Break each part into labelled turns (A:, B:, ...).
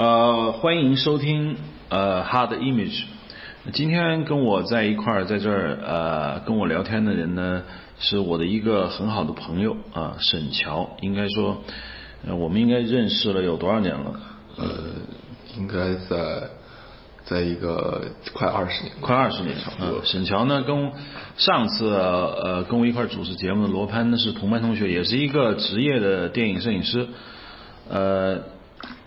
A: 呃欢迎收听呃 Hard Image。今天跟我在一块儿在这儿呃跟我聊天的人呢，是我的一个很好的朋友啊、沈乔。应该说、呃我们应该认识了有多少年了？
B: 呃，应该在在一个快二十年，
A: 快二十年
B: 差不多
A: 啊沈乔呢，跟上次呃跟我一块儿主持节目的罗攀呢是同班同学，也是一个职业的电影摄影师。呃，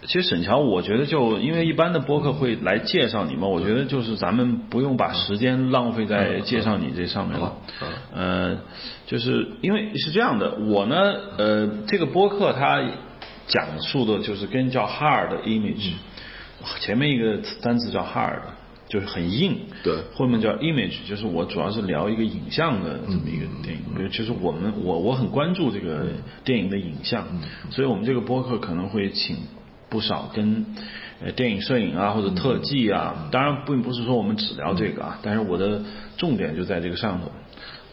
A: 其实沈乔，我觉得就因为一般的播客会来介绍你嘛，我觉得就是咱们不用把时间浪费在介绍你这上面了。呃，就是因为是这样的，我呢，呃，这个播客它讲述的就是跟叫 hard image，、前面一个单词叫 hard，就是很硬，
B: 对
A: 后面叫 image，就是我主要是聊一个影像的这么一个电影，比如其实我们我我很关注这个电影的影像，所以我们这个播客可能会请不少跟呃电影摄影啊或者特技啊，当然并不是说我们只聊这个啊，但是我的重点就在这个上头。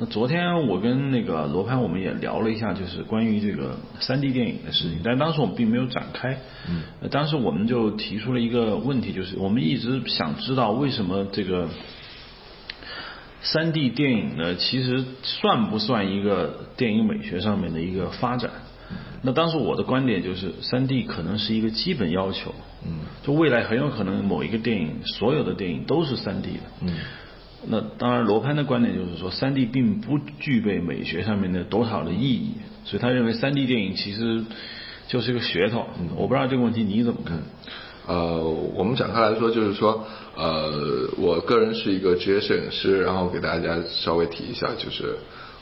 A: 那昨天我跟那个罗盘，我们也聊了一下，就是关于这个三 D 电影的事情，但当时我们并没有展开。嗯、当时我们就提出了一个问题，就是我们一直想知道为什么这个三 D 电影呢，其实算不算一个电影美学上面的一个发展？那当时我的观点就是，三 D 可能是一个基本要求，嗯，就未来很有可能某一个电影，所有的电影都是三 D 的，嗯。那当然，罗攀的观点就是说，三 D 并不具备美学上面的多少的意义，所以他认为三 D 电影其实就是一个噱头。我不知道这个问题你怎么看？
B: 呃，我们展开来说，就是说，呃，我个人是一个职业摄影师，然后给大家稍微提一下，就是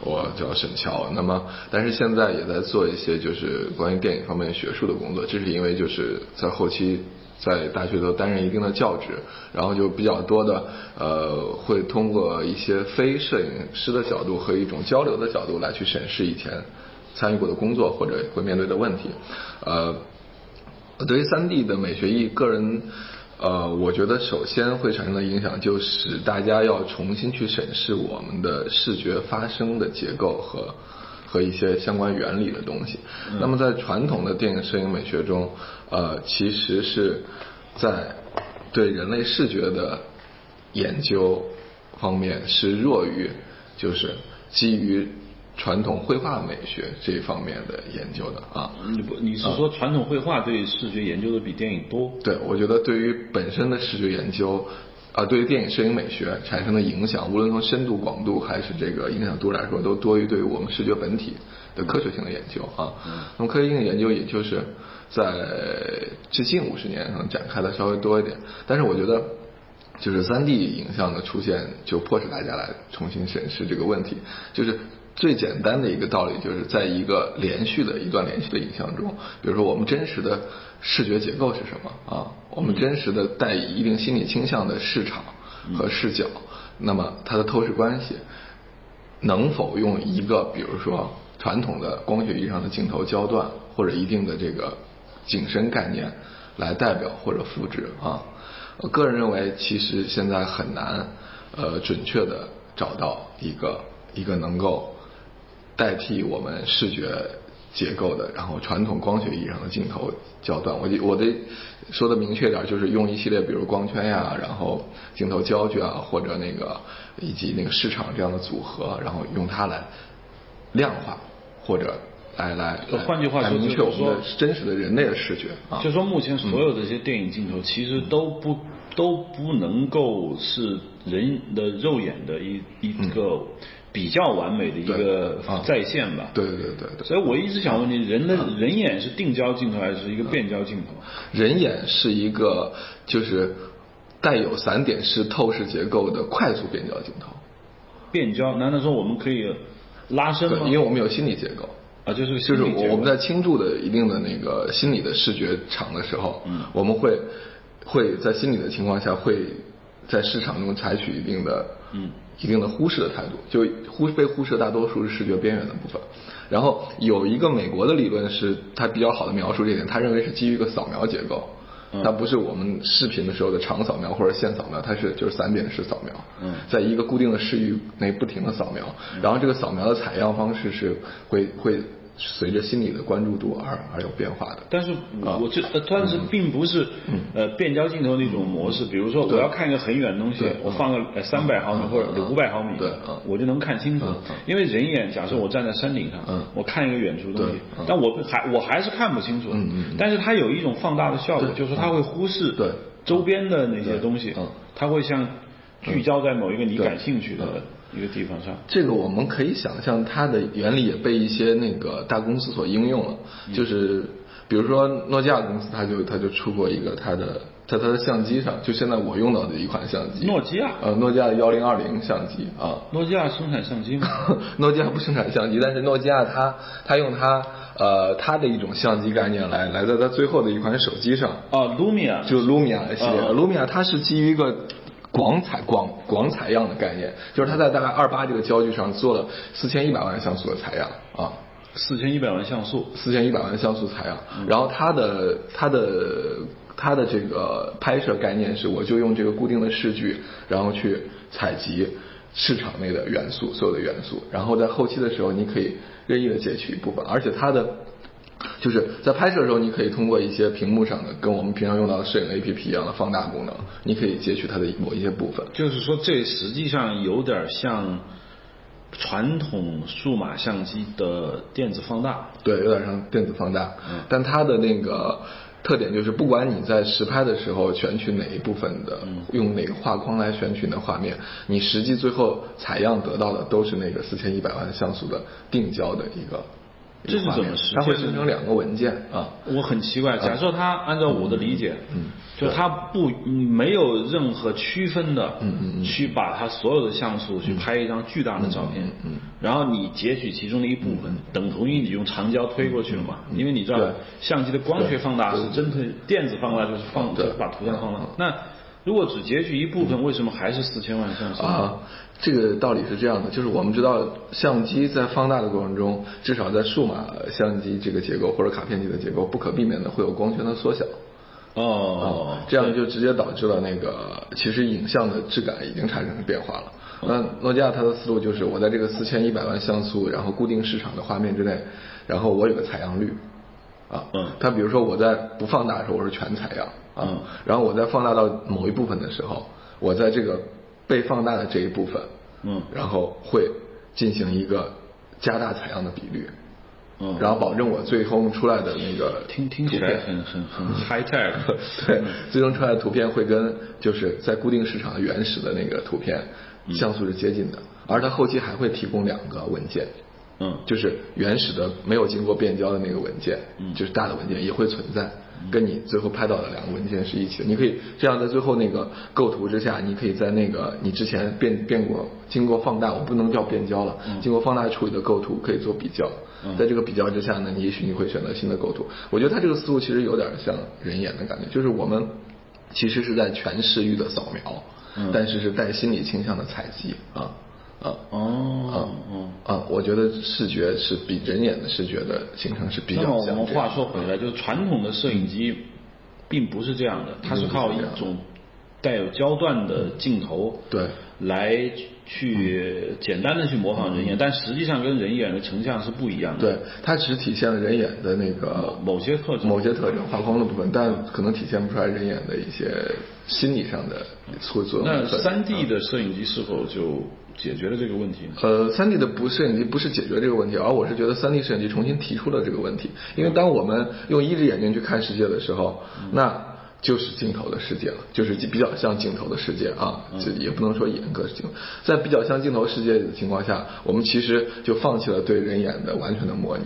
B: 我叫沈乔。那么，但是现在也在做一些就是关于电影方面学术的工作，这是因为就是在后期在大学都担任一定的教职，然后就比较多的呃，会通过一些非摄影师的角度和一种交流的角度来去审视以前参与过的工作或者会面对的问题，呃。对于三 D 的美学意义，个人，呃，我觉得首先会产生的影响就是大家要重新去审视我们的视觉发生的结构和和一些相关原理的东西。那么在传统的电影摄影美学中，呃，其实是在对人类视觉的研究方面是弱于就是基于传统绘画美学这一方面的研究的啊。
A: 你不，你是说传统绘画对视觉研究的比电影多？
B: 对，我觉得对于本身的视觉研究，啊、对于电影摄影美学产生的影响，无论从深度、广度还是这个影响度来说，都多于对于我们视觉本体的科学性的研究啊。那么科学性的研究，也就是在最近五十年可能展开的稍微多一点，但是我觉得。就是三 D 影像的出现，就迫使大家来重新审视这个问题。就是最简单的一个道理，就是在一个连续的一段连续的影像中，比如说我们真实的视觉结构是什么啊？我们真实的带一定心理倾向的市场和视角，那么它的透视关系能否用一个比如说传统的光学意义上的镜头焦段，或者一定的这个景深概念来代表或者复制啊？我个人认为，其实现在很难，呃，准确的找到一个一个能够代替我们视觉结构的，然后传统光学意义上的镜头焦段。我我的说的明确点儿，就是用一系列比如光圈呀、然后镜头焦距啊，或者那个以及那个市场这样的组合，然后用它来量化或者来来
A: 就
B: 来
A: 换句话
B: 来
A: 说
B: 明
A: 就
B: 确我
A: 是
B: 们
A: 说
B: 的真实的人类的视觉啊。
A: 就说目前所有的这些电影镜头，其实都不都不能够是人的肉眼的一一个比较完美的一个
B: 对啊
A: 再现吧。
B: 对对对对对。
A: 所以我一直想问你，人的人眼是定焦镜头还是一个变焦镜头？
B: 人眼是一个就是带有散点式透视结构的快速变焦镜头，
A: 变焦难道说我们可以拉伸
B: 对，
A: 吗？
B: 因为我们有心理结构。
A: 啊，就是个
B: 就是
A: 心理结
B: 我我们
A: 构
B: 在倾注的一定的那个心理的视觉场的时候，
A: 嗯
B: 我们会会在心理的情况下，会在市场中采取一定的
A: 嗯
B: 一定的忽视的态度，就忽被忽视的大多数是视觉边缘的部分。然后有一个美国的理论是，它比较好的描述这一点，他认为是基于一个扫描结构。它不是我们视频的时候的长扫描或者线扫描，它是就是散点式扫描，
A: 嗯
B: 在一个固定的视域内不停的扫描，然后这个扫描的采样方式是会会随着心理的关注度而而有变化的。
A: 但是
B: 啊
A: 我我就，呃但
B: 嗯
A: 是并不是呃变焦镜头那种模式。比如说，我要看一个很远的东西，我放个三百毫米或者五百毫米，
B: 对嗯
A: 我就能看清楚。因为人眼，假设我站在山顶上
B: 嗯，
A: 我看一个远处的东西
B: 对嗯，
A: 但我还我还是看不清楚
B: 嗯嗯嗯。
A: 但是它有一种放大的效果，
B: 对嗯
A: 就是它会忽视
B: 对
A: 周边的那些东西
B: 嗯，
A: 它会像聚焦在某一个你
B: 对
A: 感兴趣的
B: 嗯
A: 一个地方上。
B: 这个我们可以想象，它的原理也被一些那个大公司所应用了，
A: 嗯
B: 就是比如说诺基亚公司，它就它就出过一个它的在它的相机上，就现在我用到的一款相机，
A: 诺基亚
B: 呃，诺基亚的幺零二零相机啊，
A: 诺基亚生产相机 吗？
B: 诺基亚不生产相机，但是诺基亚它它用它呃它的一种相机概念来来在它最后的一款手机上，
A: 啊，Lumia
B: 就 Lumia 系列、
A: 嗯
B: l u m i a 它是基于一个广采广广采样的概念，就是它在大概二八这个焦距上做了四千一百万像素的采样啊，
A: 四千一百万像素，
B: 四千一百万像素采样，然后它的它的它的这个拍摄概念是，我就用这个固定的视距，然后去采集市场内的元素，所有的元素，然后在后期的时候，你可以任意的截取一部分，而且它的就是在拍摄的时候，你可以通过一些屏幕上的跟我们平常用到的摄影 APP 一样的放大功能，你可以截取它的某一些部分。
A: 就是说，这实际上有点像传统数码相机的电子放大。
B: 对，有点像电子放大，
A: 嗯
B: 但它的那个特点就是，不管你在实拍的时候选取哪一部分的，
A: 嗯
B: 用哪个画框来选取你的画面，你实际最后采样得到的都是那个四千一百万像素的定焦的一个。一个
A: 这是
B: 画
A: 怎
B: 面
A: 么实
B: 它会
A: 现的
B: 生成两个文件啊，
A: 我很奇怪，假设它按照我的理解，
B: 嗯
A: 就它不嗯没有任何区分的，
B: 嗯嗯嗯
A: 去把它所有的像素去拍一张巨大的照片，
B: 嗯嗯嗯嗯
A: 然后你截取其中的一部分，等同于你用长焦推过去了嘛？因为你知道
B: 对
A: 相机的光学放大
B: 对
A: 是真推，电子放大就是放就
B: 对
A: 是把图像放大
B: 嗯。
A: 那如果只截取一部分，为什么还是四千万像素？
B: 啊，这个道理是这样的，就是我们知道相机在放大的过程中，至少在数码相机这个结构或者卡片机的结构，不可避免的会有光圈的缩小。
A: 哦，
B: 啊这样就直接导致了那个，其实影像的质感已经产生变化了。那诺基亚它的思路就是，我在这个四千一百万像素，然后固定市场的画面之内，然后我有个采样率，啊，
A: 嗯
B: 它比如说我在不放大的时候我是全采样，啊，
A: 嗯
B: 然后我在放大到某一部分的时候，我在这个被放大的这一部分，
A: 嗯
B: 然后会进行一个加大采样的比率，
A: 嗯
B: 然后保证我最后出来的那个
A: 听听起
B: 图
A: 来
B: 片
A: 很很
B: 嗯
A: 很 high tech，
B: 对，最终出来的图片会跟就是在固定市场的原始的那个图片像素是接近的，而它后期还会提供两个文件，
A: 嗯，
B: 就是原始的没有经过变焦的那个文件，就是大的文件也会存在，跟你最后拍到的两个文件是一起的。你可以这样在最后那个构图之下，你可以在那个你之前变变过经过放大，我不能叫变焦了，经过放大处理的构图可以做比较。在这个比较之下呢，你也许你会选择新的构图。我觉得它这个思路其实有点像人眼的感觉，就是我们其实是在全视域的扫描，
A: 嗯
B: 但是是带心理倾向的采集啊啊。
A: 哦，嗯。
B: 啊，我觉得视觉是比人眼的视觉的形成是比较
A: 那么我
B: 像
A: 们
B: 这样
A: 话说回来，就是传统的摄影机并不是这样的，它
B: 嗯
A: 是靠一种带有焦段的镜头，
B: 嗯对，嗯
A: 来去简单的去模仿人眼，但实际上跟人眼的成像是不一样的。
B: 对，它只体现了人眼的那个
A: 某些特征
B: 某些特征画框的部分，但可能体现不出来人眼的一些心理上的会作用的
A: 那
B: 作用。
A: 三 D 的摄影机是否就解决了这个问题呢？
B: 呃，3 D 的不摄影机不是解决这个问题，而我是觉得3 D 摄影机重新提出了这个问题。因为当我们用一只眼睛去看世界的时候，
A: 嗯
B: 那就是镜头的世界了，就是比较像镜头的世界啊，
A: 嗯
B: 这也不能说严格是镜头，在比较像镜头世界的情况下，我们其实就放弃了对人眼的完全的模拟。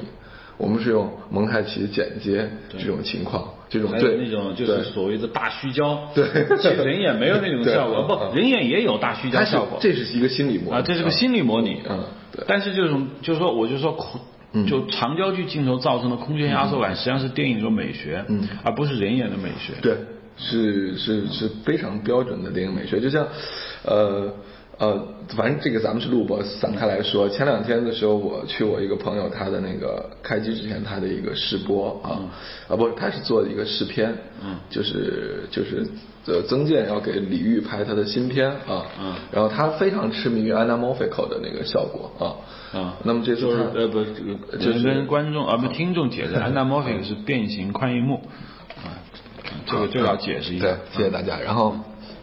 B: 我们是用蒙太奇剪接这种情况，这种
A: 还有
B: 对
A: 那种就
B: 对
A: 是所谓的大虚焦，
B: 对
A: 其实人眼没有那种效果，
B: 对嗯
A: 不，人眼也有大虚焦
B: 它是
A: 效果，
B: 这是一个心理模拟
A: 啊，这是个心理模拟。啊
B: 嗯对嗯
A: 但是就是就是说，我就说空。就长焦距镜头造成的空间压缩感，实际上是电影中美学，
B: 嗯
A: 而不是人眼的美学。
B: 对，是是是非常标准的电影美学，就像，呃呃，反正这个咱们是录播散开来说。前两天的时候，我去我一个朋友他的那个开机之前他的一个试播啊，啊不，他是做的一个试片，
A: 嗯
B: 就是就是呃曾健要给李玉拍他的新片啊，
A: 嗯
B: 然后他非常痴迷于 anamorphical 的那个效果啊，
A: 啊，
B: 那么这次
A: 就是
B: 他
A: 呃不，这个
B: 就
A: 我
B: 是
A: 跟观众啊不听众 解释，anamorphic 是变形宽银幕，啊，这个这个要解释一下
B: 嗯
A: 啊嗯
B: 对。，谢谢大家。然后，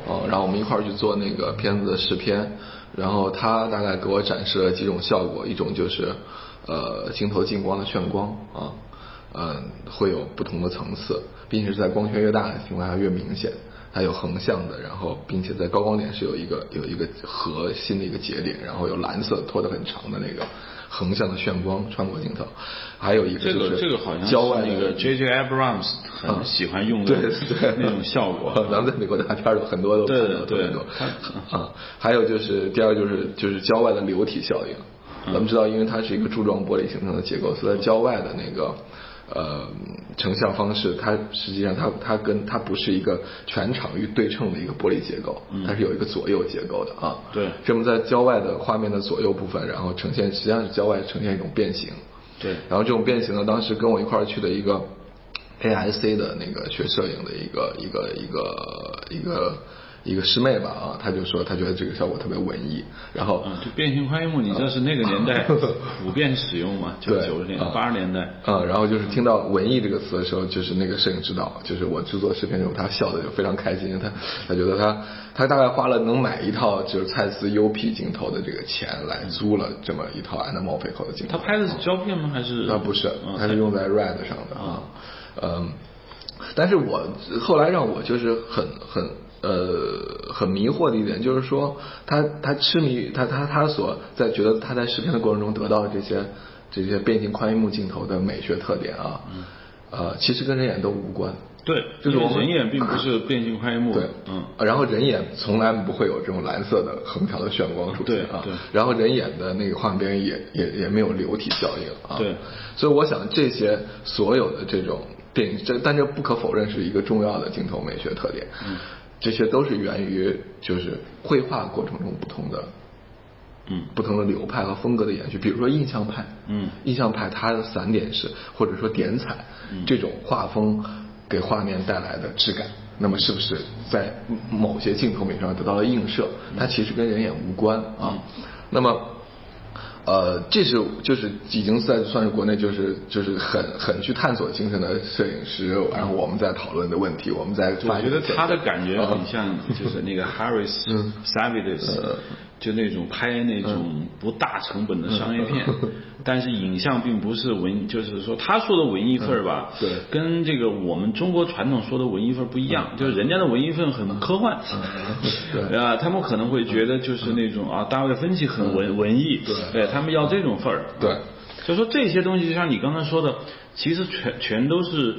B: 哦，然后我们一块儿去做那个片子的试片，然后他大概给我展示了几种效果，一种就是呃镜头进光的眩光啊，嗯、会有不同的层次，并且是在光圈越大的情况下越明显。它有横向的，然后并且在高光点是有一个有一个核心的一个节点，然后有蓝色拖得很长的那个横向的眩光穿过镜头，还有一个
A: 这
B: 就
A: 个
B: 是
A: 这个好像是
B: 郊外的嗯
A: 那个 J.J. Abrams 很喜欢用的
B: 对对
A: 那种效果，
B: 咱们在美国大片儿有很多都
A: 对
B: 看到
A: 对
B: 很多啊，还有就是第二就是就是郊外的流体效应，
A: 嗯
B: 咱们知道，因为它是一个柱状玻璃形成的结构，所以在郊外的那个。呃，成像方式，它实际上它它跟它不是一个全场域对称的一个玻璃结构，它是有一个左右结构的啊。
A: 嗯对
B: 这么在郊外的画面的左右部分，然后呈现实际上是郊外呈现一种变形。
A: 对
B: 然后这种变形呢，当时跟我一块儿去的一个 AIC 的那个学摄影的一个一个一个一个一个师妹吧啊，她就说她觉得这个效果特别文艺，然后
A: 嗯，就变形宽银幕，你这是那个年代普遍使用嘛？就
B: 嗯对
A: 九十年
B: 啊
A: 八十年代，
B: 嗯，然后就是听到“文艺”这个词的时候，就是那个摄影指导，就是我制作视频的时候，他笑的就非常开心，因为他他觉得他他大概花了能买一套就是蔡司 UP 镜头的这个钱来租了这么一套 anamorphic 的镜头。
A: 他拍的是胶片吗？还是
B: 啊，不是，
A: 嗯
B: 它是用在 Red 上的啊，嗯，但是我后来让我就是很很呃很迷惑的一点就是说，他他痴迷于他他他所在觉得他在视频的过程中得到的这些这些变形宽银幕镜头的美学特点啊，
A: 嗯
B: 呃，其实跟人眼都无关。
A: 对，
B: 就
A: 因
B: 是
A: 为
B: 我们
A: 人眼并不是变形宽银幕，
B: 对，
A: 嗯，
B: 呃，然后人眼从来不会有这种蓝色的横条的眩光出现啊，
A: 对对
B: 然后人眼的那个画面边也也也没有流体效应啊，
A: 对，
B: 所以我想这些所有的这种电影，这但这不可否认是一个重要的镜头美学特点，嗯，这些都是源于就是绘画过程中不同的
A: 嗯
B: 不同的流派和风格的延续，比如说印象派，
A: 嗯
B: 印象派它的散点式或者说点彩、
A: 嗯
B: 这种画风给画面带来的质感，那么是不是在某些镜头美上得到了映射？
A: 嗯
B: 它其实跟人眼无关啊。那么。呃，这是就是已经在算是国内就是就是很很去探索精神的摄影师，然后我们在讨论的问题，我们在
A: 我
B: 发掘
A: 觉得
B: 现
A: 他的
B: 象
A: 感觉很像，就是那个 Harris
B: 嗯
A: Savides，就
B: 呃
A: 那种拍那种不大成本的商业片，
B: 嗯
A: 但是影像并不是文，就是说他说的文艺范儿吧，
B: 嗯对
A: 跟这个我们中国传统说的文艺范儿不一样，
B: 嗯
A: 就是人家的文艺范儿很科幻， 啊，他们可能会觉得就是那种啊，大卫芬奇很文
B: 嗯
A: 文艺，对，他们要这种范儿，
B: 对
A: 就说这些东西，就像你刚才说的，其实全全都是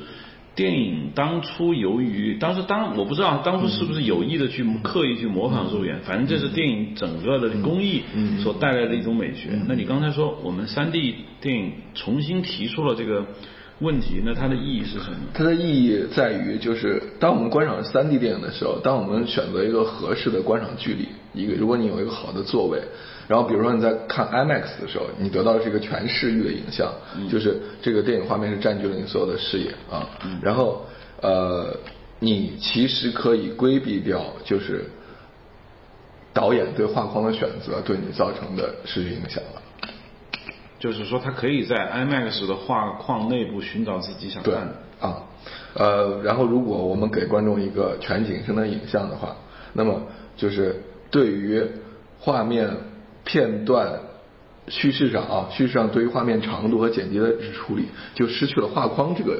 A: 电影当初由于当时当我不知道当初是不是有意的去刻意去模仿周元，反正这是电影整个的工艺所带来的一种美学。那你刚才说我们三 D 电影重新提出了这个问题，那它的意义是什么？
B: 它的意义在于，就是当我们观赏三 D 电影的时候，当我们选择一个合适的观赏距离，一个如果你有一个好的座位，然后比如说你在看 IMAX 的时候，你得到的是一个全视域的影像，就是这个电影画面是占据了你所有的视野啊。然后呃，你其实可以规避掉就是导演对画框的选择对你造成的视觉影响了。
A: 就是说，它可以在 IMAX 的画框内部寻找自己想看
B: 对
A: 的。
B: 啊，呃，然后如果我们给观众一个全景声的影像的话，那么就是对于画面片段叙事上啊，叙事上对于画面长度和剪辑的处理，就失去了画框这个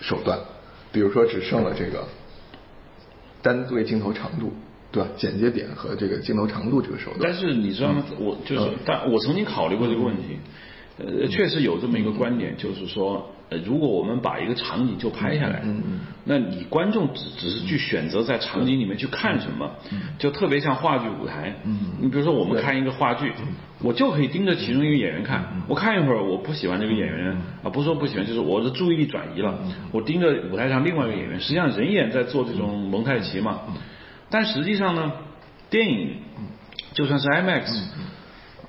B: 手段，比如说只剩了这个单对镜头长度，对吧？剪接点和这个镜头长度这个手段嗯
A: 但。是你知道吗？我就是，但我曾经考虑过这个问题，呃，确实有这么一个观点，就是说，呃，如果我们把一个场景就拍下
B: 嗯
A: 来，那你观众只只是去选择在场景里面去看什么，
B: 嗯
A: 就特别像话剧舞台。你比如说，我们看一个话
B: 嗯
A: 剧，我就可以盯着其中一个演员看，我看一会儿，我不喜欢这个演
B: 嗯
A: 员啊，不是说不喜欢，就是我的注意力转移了，我盯着舞台上另外一个演员，实际
B: 嗯
A: 上人眼在做这种蒙太奇嘛，但实际上呢，电影就算是 IMAX，、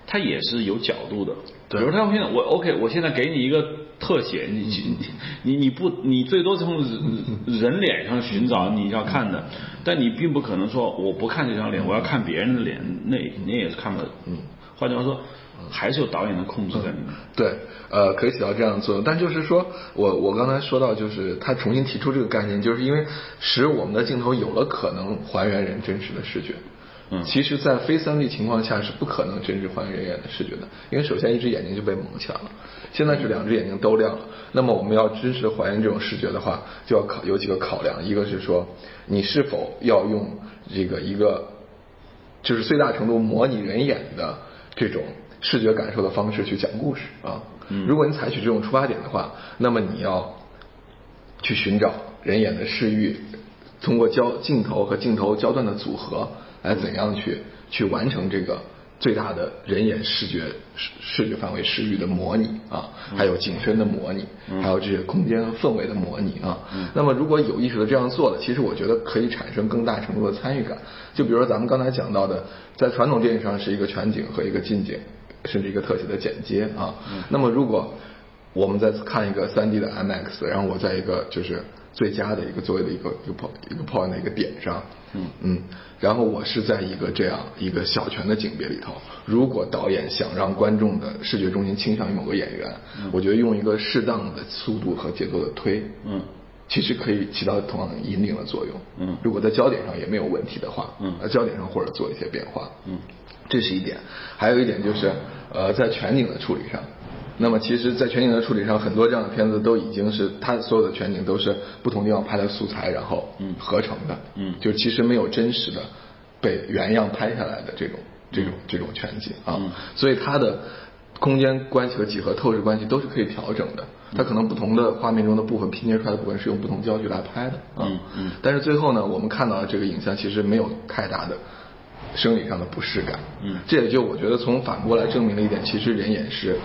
A: 它也是有角度的。比如他们现在我 OK，我现在给你一个特写，你你你你不你最多从人人脸上寻找你要看的，但你并不可能说我不看这张脸，我要看别人的脸，那那也是看不。嗯，换句话说，还是有导演的控制在里面。
B: 对，呃，可以起到这样的作用。但就是说，我我刚才说到，就是他重新提出这个概念，就是因为使我们的镜头有了可能还原人真实的视觉。
A: 嗯
B: 其实，在非三 D 情况下是不可能真实还原人眼的视觉的，因为首先一只眼睛就被蒙起来了，现在是两只眼睛都亮了。那么我们要真实还原这种视觉的话，就要考有几个考量，一个是说你是否要用这个一个就是最大程度模拟人眼的这种视觉感受的方式去讲故事啊。如果你采取这种出发点的话，那么你要去寻找人眼的视域，通过焦镜头和镜头焦段的组合，来怎样去去完成这个最大的人眼视觉视视觉范围视域的模拟啊，还有景深的模拟，还有这些空间和氛围的模拟啊。那么如果有意识的这样做了，其实我觉得可以产生更大程度的参与感。就比如说咱们刚才讲到的，在传统电影上是一个全景和一个近景，甚至一个特写的剪接啊。那么如果我们再看一个 3D 的 IMAX，然后我在一个就是最佳的一个座位的一个一个 point 一个 point 的一个点上，嗯然后我是在一个这样一个小泉的景别里头，如果导演想让观众的视觉中心倾向于某个演员，我觉得用一个适当的速度和节奏的推，
A: 嗯
B: 其实可以起到同样的引领的作用。
A: 嗯
B: 如果在焦点上也没有问题的话，
A: 嗯
B: 呃焦点上或者做一些变化，
A: 嗯，
B: 这是一点。还有一点就是，呃，在全景的处理上，那么其实，在全景的处理上，很多这样的片子都已经是它所有的全景都是不同地方拍的素材，然后
A: 嗯
B: 合成的，
A: 嗯
B: 就其实没有真实的被原样拍下来的这种这种这种全景啊，
A: 嗯
B: 所以它的空间关系和几何透视关系都是可以调整的。
A: 嗯
B: 它可能不同的画面中的部分拼接出来的部分是用不同焦距来拍的啊，
A: 嗯嗯
B: 但是最后呢，我们看到的这个影像其实没有太大的生理上的不适感，
A: 嗯
B: 这也就我觉得从反过来证明了一点，其实人眼是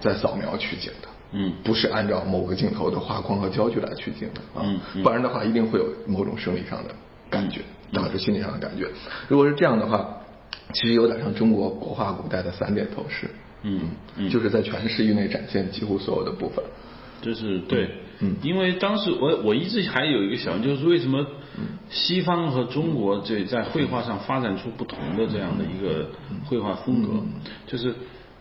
B: 在扫描取景的，
A: 嗯
B: 不是按照某个镜头的画框和焦距来取景的啊，
A: 嗯嗯
B: 不然的话一定会有某种生理上的感觉，导致心理上的感觉。如果是这样的话，其实有点像中国国画古代的散点透视，
A: 嗯嗯
B: 就是在全视域内展现几乎所有的部分，
A: 就是对，
B: 嗯
A: 因为当时我我一直还有一个想法，就是为什么
B: 嗯
A: 西方和中国这在绘画上发展出不同的这样的一个
B: 嗯
A: 绘画风格，就是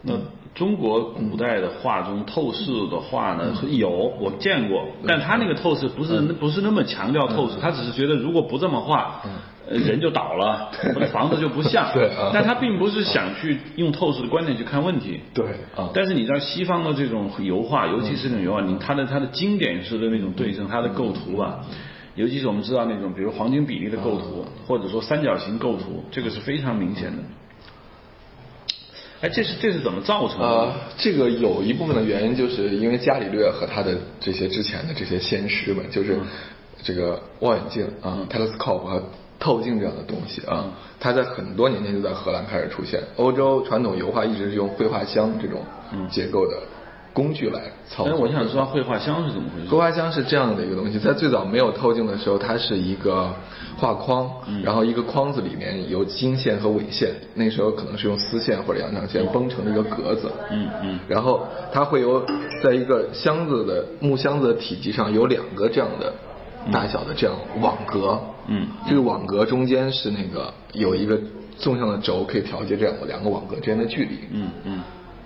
A: 那中国古代的画中透视的画
B: 嗯
A: 呢有我见过，但他那个透视不是不是那么强调透视，
B: 嗯
A: 他只是觉得如果不这么画。呃人就倒了，或者房子就不像。
B: 对啊
A: 但他并不是想去用透视的观点去看问题。
B: 对啊嗯
A: 但是你知道西方的这种油画，尤其是那种油画，你它的它的经典式的那种对称，它的构图啊，
B: 嗯
A: 尤其是我们知道那种比如黄金比例的构
B: 啊
A: 图，或者说三角形构图，这个是非常明显的。哎，这是这是怎么造成的
B: 呃？，这个有一部分的原因，就是因为伽利略和他的这些之前的这些先师们，就是
A: 嗯
B: 这个望远镜啊、telescope 和透镜这样的东西啊，
A: 嗯
B: 它在很多年前就在荷兰开始出现。欧洲传统油画一直是用绘画箱这种结构的工具来操
A: 但是嗯
B: 作。
A: 哎我想知道绘画箱是怎么回
B: 勾
A: 事？
B: 画箱是这样的一个东西，在最早没有透镜的时候，它是一个画框，
A: 嗯
B: 然后一个框子里面有经线和纬线，那时候可能是用丝线或者羊肠线绷成一个格子，
A: 嗯嗯
B: 然后它会有在一个箱子的木箱子的体积上有两个这样的大小的这样网格，
A: 嗯
B: 这个网格中间是那个有一个纵向的轴可以调节这样两个网格之间的距离，
A: 嗯嗯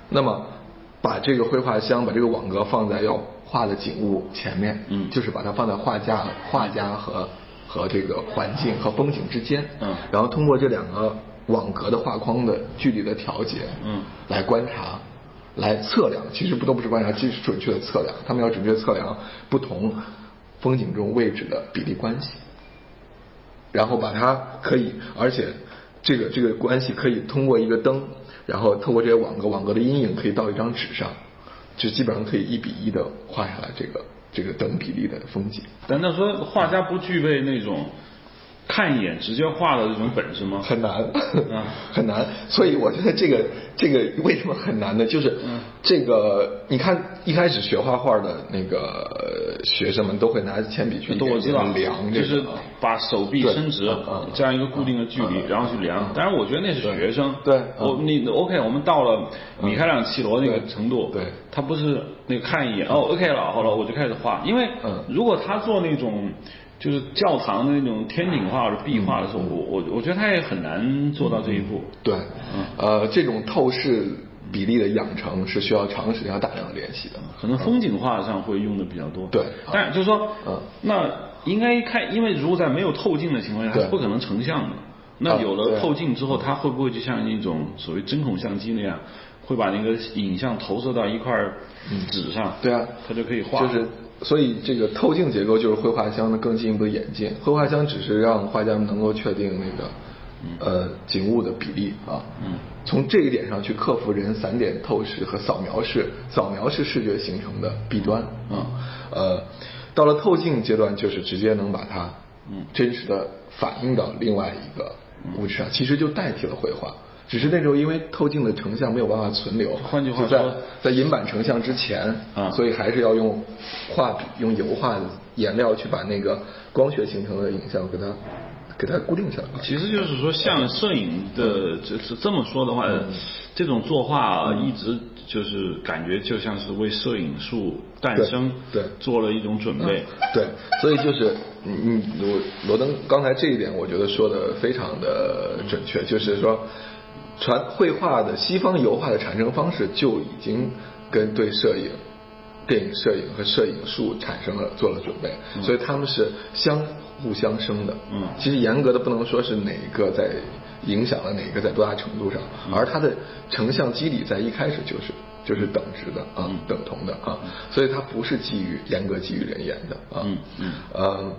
B: 那么把这个绘画箱，把这个网格放在要画的景物前面，
A: 嗯
B: 就是把它放在画架、画家和和这个环境和风景之间，
A: 嗯
B: 然后通过这两个网格的画框的距离的调节，
A: 嗯
B: 来观察。来测量，其实不都不是观察，这是准确的测量。他们要准确测量不同风景中位置的比例关系。然后把它可以，而且这个这个关系可以通过一个灯，然后透过这些网格，网格的阴影可以到一张纸上，就基本上可以一比一的画下来这个这个等比例的风景。
A: 难道说画家不具备那种看一眼直接画的这种本事吗？
B: 很难
A: 啊，
B: 很难。所以我觉得这个这个为什么很难呢？就是
A: 嗯
B: 这个，你看一开始学画画的那个呃学生们都会拿铅笔去
A: 都我知道
B: 一点一点地量，这
A: 就
B: 个啊
A: 是把手臂伸直
B: 对嗯嗯，嗯
A: 这样一个固定的距离，然后去量。当然，我觉得那是学生。
B: 对对
A: 我你 OK，我们到了米开朗基罗那个
B: 对
A: 程度，
B: 对
A: 他不是那个看一眼哦，OK 了，好了，我就开始画。因为
B: 嗯
A: 如果他做那种就是教堂的那种天井画或者壁画的
B: 嗯
A: 时候，我我我觉得他也很难做到这一步。
B: 对，
A: 嗯
B: 呃，这种透视比例的养成是需要长时间和大量的练习的。
A: 可能风景画上会用的比较多。
B: 对
A: 但就是说，
B: 嗯
A: 那应该看，因为如果在没有透镜的情况下，它
B: 对
A: 是不可能成像的。
B: 啊
A: 那有
B: 对嗯
A: 了透镜之后，它会不会就像一种所谓针孔相机那样，会把那个影像投射到一块纸上？
B: 对啊，
A: 它就可以画。
B: 就是所以这个透镜结构就是绘画箱的更进一步的演进。绘画箱只是让画家们能够确定
A: 嗯
B: 那个呃景物的比例啊。嗯。从这一点上去克服人散点透视和扫描式，扫描是视觉形成的弊端
A: 嗯
B: 啊。呃，到了透镜阶段，就是直接能把它
A: 嗯
B: 真实的反映到另外一个物质上，其实就代替了绘画。只是那时候因为透镜的成像没有办法存留，
A: 换句话
B: 就在
A: 说
B: 在银版成像之前
A: 啊
B: 所以还是要用画笔、用油画的颜料去把那个光学形成的影像给它给它固定下来。
A: 其实就是说，像摄影的，这这这么说的话，
B: 嗯
A: 这种作画啊一直就是感觉就像是为摄影术诞生
B: 对对嗯
A: 做了一种准备。
B: 对，所以就是你你我罗登刚才这一点，我觉得说的非常的准确，就是说传绘画的西方油画的产生方式就已经跟对摄影。电影摄影和摄影术产生了做了准备，所以他们是相互相生的。
A: 嗯
B: 其实严格的不能说是哪一个在影响了哪一个在多大程度上，
A: 嗯
B: 而它的成像机理在一开始就是就是等值的啊，
A: 嗯
B: 等同的啊，所以它不是基于严格基于人眼的啊。
A: 嗯嗯
B: 呃，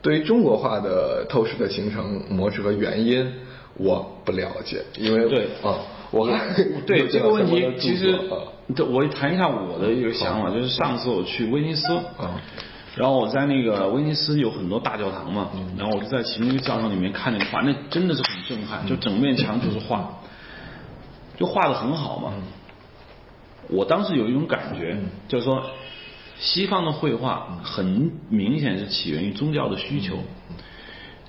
B: 对于中国画的透视的形成模式和原因，我不了解，因为
A: 对
B: 啊，我还
A: 对
B: 有见
A: 这
B: 到
A: 个问
B: 相关
A: 题
B: 的，著
A: 其实
B: 作啊
A: 对我谈一下我的一个想法，就是上次我去威尼斯，
B: 啊
A: 然后我在那个威尼斯有很多大教堂
B: 嗯
A: 嘛，然后我就在其中一个教堂里面看那个画，那真的是很震撼，就
B: 嗯
A: 整面墙就是画，就画的很好
B: 嗯
A: 嘛。我当时有一种感觉，就是说，西方的绘
B: 嗯
A: 画很明显是起源于宗教的需求。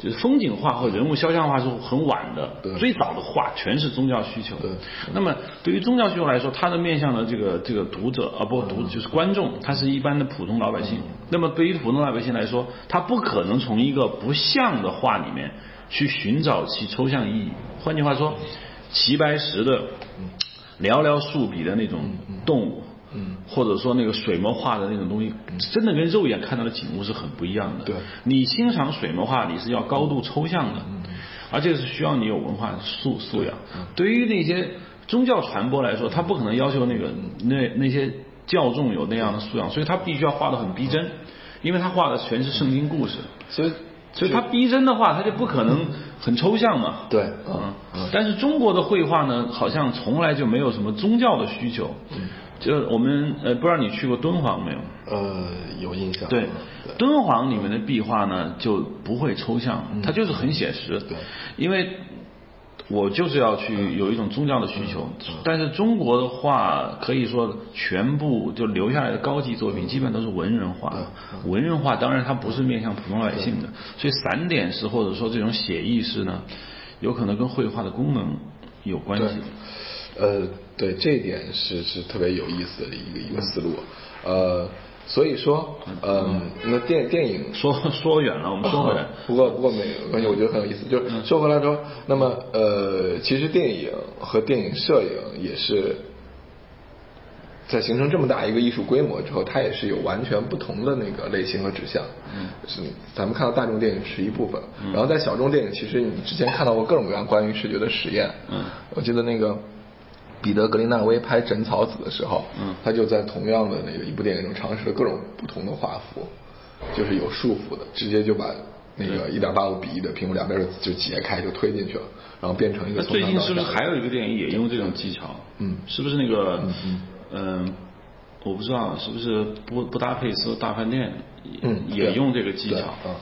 A: 就是风景画和人物肖像画是很晚的
B: 对，
A: 最早的画全是宗教需求。
B: 对
A: 那么对于宗教需求来说，它的面向的这个这个读者啊，不读就是观众，他是一般的普通老百姓。那么对于普通老百姓来说，他不可能从一个不像的画里面去寻找其抽象意义。换句话说，齐白石的寥寥数笔的那种动物。
B: 嗯
A: 或者说那个水墨画的那种东西，真的跟肉眼看到的景物是很不一样的。
B: 对
A: 你欣赏水墨画，你是要高度抽象的，而且是需要你有文化素素养。对于那些宗教传播来说，他不可能要求那个那那些教众有那样的素养，所以他必须要画的很逼真，因为他画的全是圣经故事，
B: 所以
A: 所以他逼真的话，他就不可能很抽象嘛。
B: 对
A: 嗯，但是中国的绘画呢，好像从来就没有什么宗教的需求。就是我们呃，不知道你去过敦煌没有？
B: 呃有印象
A: 嗯对，敦煌里面的壁画呢就不会抽象，它就是很写实。
B: 对
A: 因为我就是要去有一种宗教的需求，但是中国的画可以说全部就留下来的高级作品，基本都是文人画。文人画当然它不是面向普通老百姓的，所以散点式或者说这种写意式呢，有可能跟绘画的功能有关系
B: 对。呃，对，这一点是是特别有意思的一个一个思路。呃，所以说，呃，那电电影
A: 说说远了，我们说回来。 嗯
B: 不过不过没关系，我觉得很有意思。就是说回来说，那么呃，其实电影和电影摄影也是在形成这么大一个艺术规模之后，它也是有完全不同的那个类型和指向。嗯，是咱们看到大众电影是一部分，
A: 嗯
B: 然后在小众电影，其实你之前看到过各种各样关于视觉的实验。
A: 嗯，
B: 我记得那个。彼得·格林纳威拍《枕草子》的时候，
A: 嗯
B: 他就在同样的那个一部电影中尝试了各种不同的画幅，就是有束缚的，直接就把那个一点八五比一的屏幕两边就截开就推进去了，然后变成一
A: 那
B: 个从
A: 最
B: 上
A: 近
B: 到
A: 是不是
B: 下
A: 还有一个电影也用这种技巧？
B: 嗯
A: 是不是那个嗯、我不知道是不是布布达佩斯大饭店也
B: 嗯
A: 也用这个技巧嗯
B: 对啊？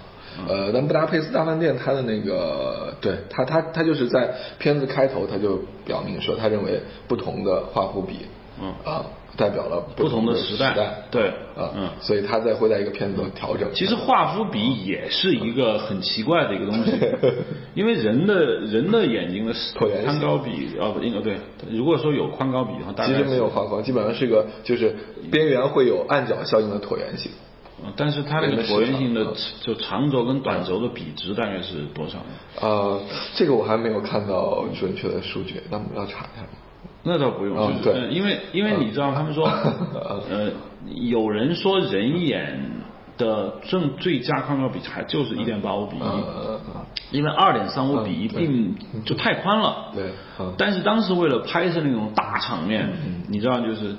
B: 呃，咱们布达佩斯大饭店它的那个，对它它它就是在片子开头它就表明说，他认为不同的画幅比，
A: 嗯
B: 啊，代表了
A: 不同的
B: 的
A: 时代
B: 代，
A: 对
B: 啊，
A: 嗯
B: 所以他在会在一个片子中调整。
A: 其实画幅比也是一个很奇怪的一个东 西，因为人的人的眼睛的
B: 椭圆形
A: 宽高比哦不应该对，如果说有宽高比的话，大
B: 其
A: 概
B: 实
A: 是
B: 没有，画框，基本上是个就是边缘会有按角效应的椭圆形。
A: 嗯但是它那个
B: 人的
A: 椭圆形的
B: 市场
A: 就长轴跟短轴的比值大概是多少呢？
B: 呃，这个我还没有看到准确的数据，那我们要查一下。
A: 那倒不用，
B: 嗯
A: 就是
B: 对
A: 呃因为因为你知道他们说， 呃，有人说人眼的正最佳宽高比还就是一点八五比一、
B: 呃，
A: 因为二点三五比一并就太宽了。
B: 对嗯
A: 但是当时为了拍摄那种大场面，你知道就是。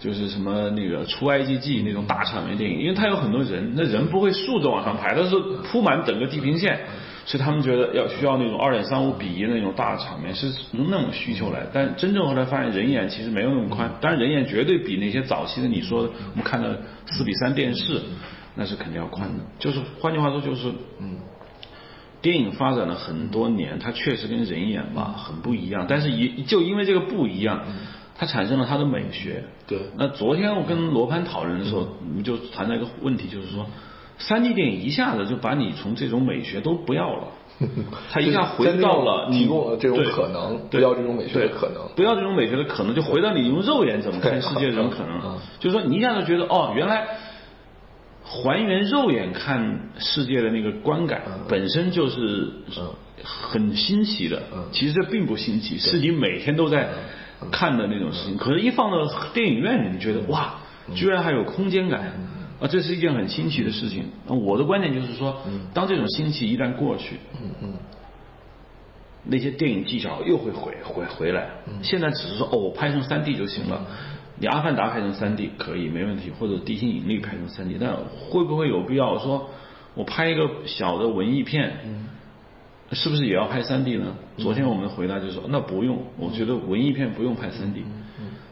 A: 就是什么那个出埃及记那种大场面电影，因为它有很多人，那人不会竖着往上排，它是铺满整个地平线，所以他们觉得要需要那种二点三五比一那种大场面是从那种需求来。但真正后来发现人眼其实没有那么宽，当然人眼绝对比那些早期的你说的我们看的四比三电视，那是肯定要宽的。就是换句话说就是，嗯，电影发展了很多年，它确实跟人眼吧
B: 嗯
A: 很不一样，但是也就因为这个不一样，它产生了它的美学。
B: 对
A: 那昨天我跟罗盘讨论的时
B: 嗯
A: 候，我们就谈到一个问题，就是说，三 D 电影一下子就把你从这种美学都不要 了。它一下回到了你
B: 提供了这种
A: 对
B: 可能
A: 对
B: 不要这种美学
A: 对
B: 的可能
A: 不要这种美学的可能，就回到你用肉眼怎么看世界这种可能
B: 嗯。
A: 就是说，你一下子觉得哦，原来还原肉眼看世界的那个观感，
B: 嗯
A: 本身就是很新奇的。
B: 嗯
A: 其实这并不新奇，是你每天都在看的那种事情。可是，一放到电影院，你觉
B: 嗯
A: 得哇，居然还有空间感。啊，这是一件很新奇的事情。那我的观点就是说，
B: 嗯
A: 当这种新奇一旦过去，那些电影技巧又会回回回来。现在只是说哦，我拍成三 D 就行了。你《阿凡达》拍成三 D 可以没问题，或者《地心引力》拍成三 D，但会不会有必要说，我拍一个小的文艺片，是不是也要拍三 D 呢？昨天我们的回答就是说，那不用，我觉得文艺片不用拍三 D。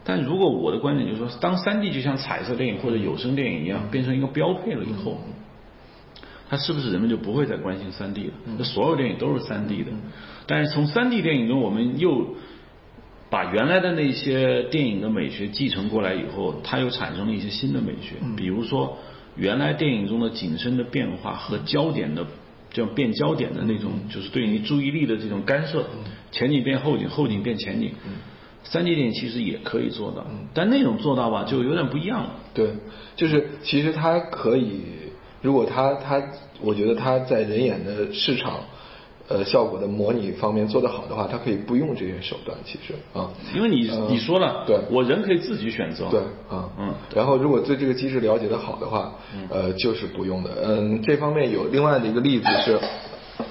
A: 但如果我的观点就是说，当三 D 就像彩色电影或者有声电影一样，变成一个标配了以后，它是不是人们就不会再关心三 D 了？那所有电影都是三 D 的，但是从三 D 电影中，我们又把原来的那些电影的美学继承过来以后，它又产生了一些新的美学，
B: 嗯
A: 比如说原来电影中的景深的变化和焦点的。这样变焦点的那种，
B: 嗯
A: 就是对你注意力的这种干涉，前景变后景，后景变前景。
B: 嗯
A: 三 D 电影其实也可以做到，但那种做到吧，就有点不一样了。
B: 对，就是其实它可以，如果它它，我觉得它在人眼的市场，呃，效果的模拟方面做得好的话，它可以不用这些手段，其实啊。
A: 因为你、
B: 嗯
A: 你说了，
B: 对
A: 我人可以自己选择，
B: 对，啊，
A: 嗯，
B: 然后如果对这个机制了解的好的话，呃，就是不用的。嗯，这方面有另外的一个例子是，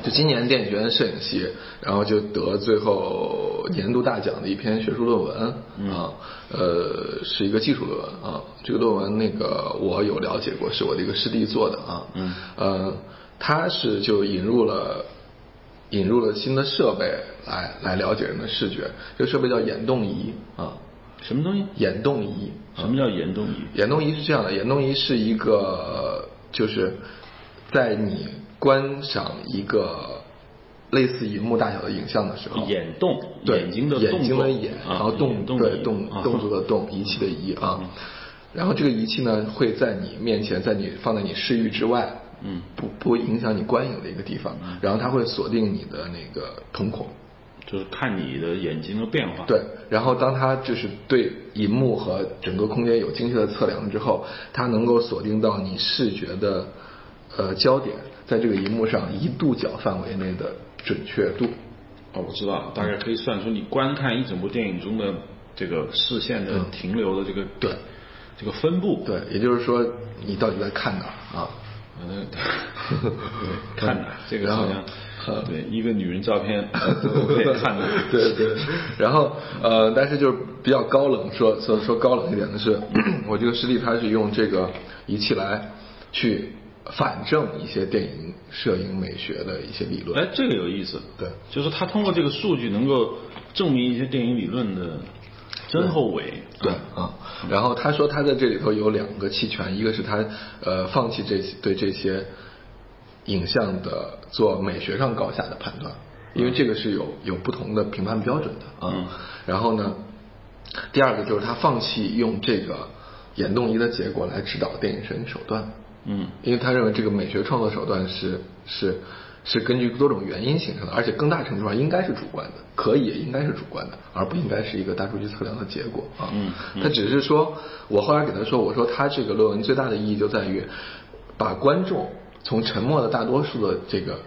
B: 就今年电影学院摄影系，然后就得最后年度大奖的一篇学术论文啊，呃，是一个技术论文啊。这个论文那个我有了解过，是我的一个师弟做的啊，嗯，呃，他是就引入了。引入了新的设备来来了解人的视觉，这个设备叫眼动仪啊，
A: 什么东西？
B: 眼动仪啊，
A: 什么叫严冬仪？
B: 眼动仪是这样的，眼动仪是一个，就是在你观赏一个类似荧幕大小的影像的时候，
A: 眼动，
B: 啊对
A: 眼睛的动
B: 眼睛
A: 作
B: 的眼，
A: 啊
B: 然后动
A: 眼动
B: 对
A: 仪
B: 动
A: 啊嗯
B: 动作的动，仪器的仪啊。然后这个仪器呢，会在你面前，在你放在你视域之外，
A: 嗯，
B: 不不影响你观影的一个地方，然后它会锁定你的那个瞳孔，
A: 就是看你的眼睛的变化。
B: 对，然后当它就是对银幕和整个空间有精确的测量之后，它能够锁定到你视觉的呃焦点，在这个银幕上一度角范围内的准确度。
A: 哦，我知道了，大概可以算出你观看一整部电影中的这个视线的停留的这个
B: 嗯对
A: 这个分布。
B: 对，也就是说，你到底在看哪儿啊？
A: 嗯，对 看的这个
B: 然
A: 好
B: 后
A: 像对一个女人照片呃我 也看的。
B: 对 对，然后呃，但是就是比较高冷，说说说高冷一点的是， 我这个师弟他是用这个仪器来去反证一些电影摄影美学的一些理论。
A: 哎，这个有意思。
B: 对，
A: 就是他通过这个数据能够证明一些电影理论的真后伪。
B: 对啊，然后他说他在这里头有两个弃权，一个是他呃放弃这些对这些影像的做美学上高下的判断，因为这个是有有不同的评判标准的啊。然后呢，第二个就是他放弃用这个眼动仪的结果来指导电影摄影手段，
A: 嗯，
B: 因为他认为这个美学创作手段是是是根据多种原因形成的，而且更大程度上应该是主观的，可以也应该是主观的，而不应该是一个大数据测量的结果啊。
A: 嗯
B: 他只是说，我后来给他说，我说他这个论文最大的意义就在于把观众从沉默的大多数的这个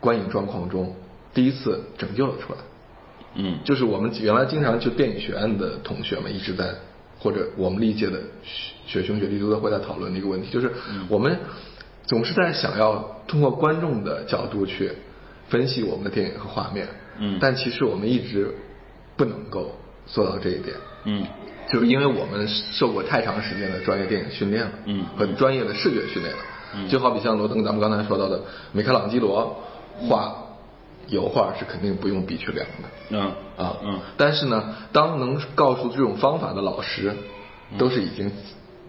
B: 观影状况中，第一次拯救了出来。
A: 嗯，
B: 就是我们原来经常就电影学院的同学们一直在，或者我们历届的学兄学弟都在会在讨论的一个问题，就是
A: 嗯
B: 我们总是在想要通过观众的角度去分析我们的电影和画面，
A: 嗯
B: 但其实我们一直不能够做到这一点，
A: 嗯
B: 就是因为我们受过太长时间的专业电影训练了，
A: 嗯
B: 和专业的视觉训练了，
A: 嗯
B: 就好比像罗登咱们刚才说到的米开朗基罗画油画是肯定不用笔去量的，
A: 嗯
B: 啊，
A: 嗯，
B: 但是呢，当能告诉这种方法的老师，
A: 嗯
B: 都是已经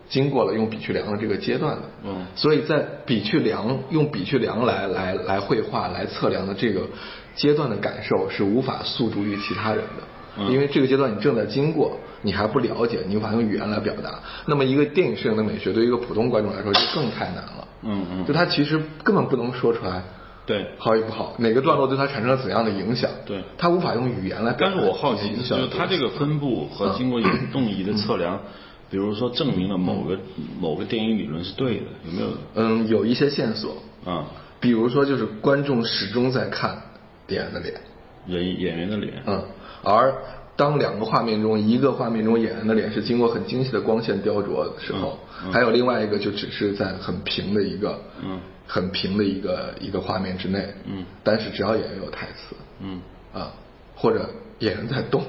B: 经过了用笔去量的这个阶段的，
A: 嗯
B: 所以在笔去量用笔去量来来来绘画来测量的这个阶段的感受是无法诉诸于其他人的。
A: 嗯
B: 因为这个阶段你正在经过，你还不了解，你无法用语言来表达。那么，一个电影摄影的美学对于一个普通观众来说就更太难了。
A: 嗯嗯
B: 就他其实根本不能说出来，
A: 对
B: 好与不好，哪个段落对他产生了怎样的影响？
A: 对
B: 他无法用语言来表
A: 但是
B: 达自己的
A: 我
B: 影响。
A: 好奇，就是它这个分布和经过眼动仪的测量，比如说证明了某个某个电影理论是对的，有没有？
B: 嗯，有一些线索，
A: 啊，
B: 比如说就是观众始终在看演员的脸，
A: 人演员的脸，
B: 嗯，而当两个画面中，一个画面中演员的脸是经过很精细的光线雕琢的时候，
A: 嗯嗯
B: 还有另外一个就只是在很平的一个，
A: 嗯
B: 很平的一个一个画面之内，
A: 嗯
B: 但是只要演员有台词，
A: 嗯，
B: 啊，或者演员在动，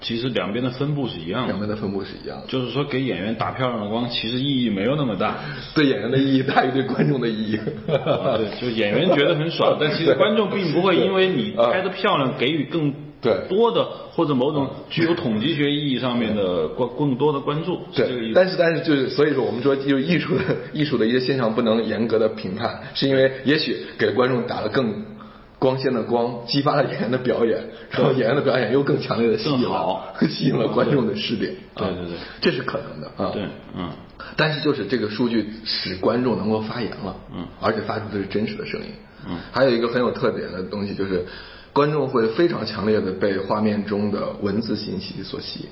A: 其实两边的分布是一样
B: 两
A: 的，
B: 边的分布是一样的。
A: 就是说给演员打漂亮的光，其实意义没有那么大。
B: 对演员的意义大于对观众的意义。
A: 啊对， 就演员觉得很爽，但其实观众并不会因为你拍的漂亮给予更
B: 对啊
A: 多的或者某种具有统计学意义上面的关更多的关注，是这个
B: 对，
A: 意思。
B: 但是但是就是，所以说我们说，就是艺术的艺术的一些现象不能严格的评判，是因为也许给观众打了更光鲜的光，激发了演员的表演，然后演员的表演又更强烈的吸引
A: 更好
B: 了 吸引了观众的视点。
A: 对
B: 啊
A: 对对，
B: 这是可能的啊。
A: 对，嗯
B: 但是就是这个数据使观众能够发言了，
A: 嗯
B: 而且发出的是真实的声音，
A: 嗯
B: 还有一个很有特点的东西就是，观众会非常强烈的被画面中的文字信息所吸引，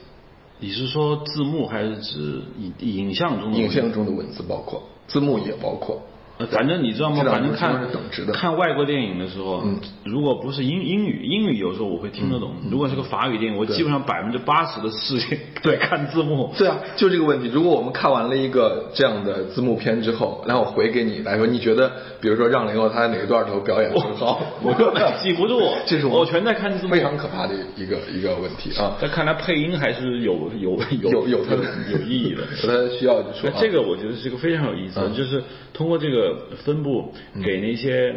A: 你是说字幕还是指影影像中的
B: 影像中的文字包括字幕也包括，
A: 呃，反正你知道吗？
B: 这两
A: 反
B: 个
A: 正看
B: 是不是等值的
A: 看外国电影的时候，
B: 嗯
A: 如果不是英英语，英语有时候我会听得懂。如果是个法语电影，我基本上百分之八十的事情在看字 幕。
B: 对啊，就这个问题。如果我们看完了一个这样的字幕片之后，然后我回给你来说，你觉得，比如说让林后他在哪一段头表演很好，
A: 我根本记不住
B: 这是
A: 我全在看字幕
B: 非常可怕的一个一个问题啊，
A: 但看来配音还是有有有
B: 有
A: 有
B: 有它的
A: 有意义的。
B: 有它的需要就说
A: 那
B: 啊嗯
A: 这个我觉得是个非常有意思的，就是通过这个分布给那些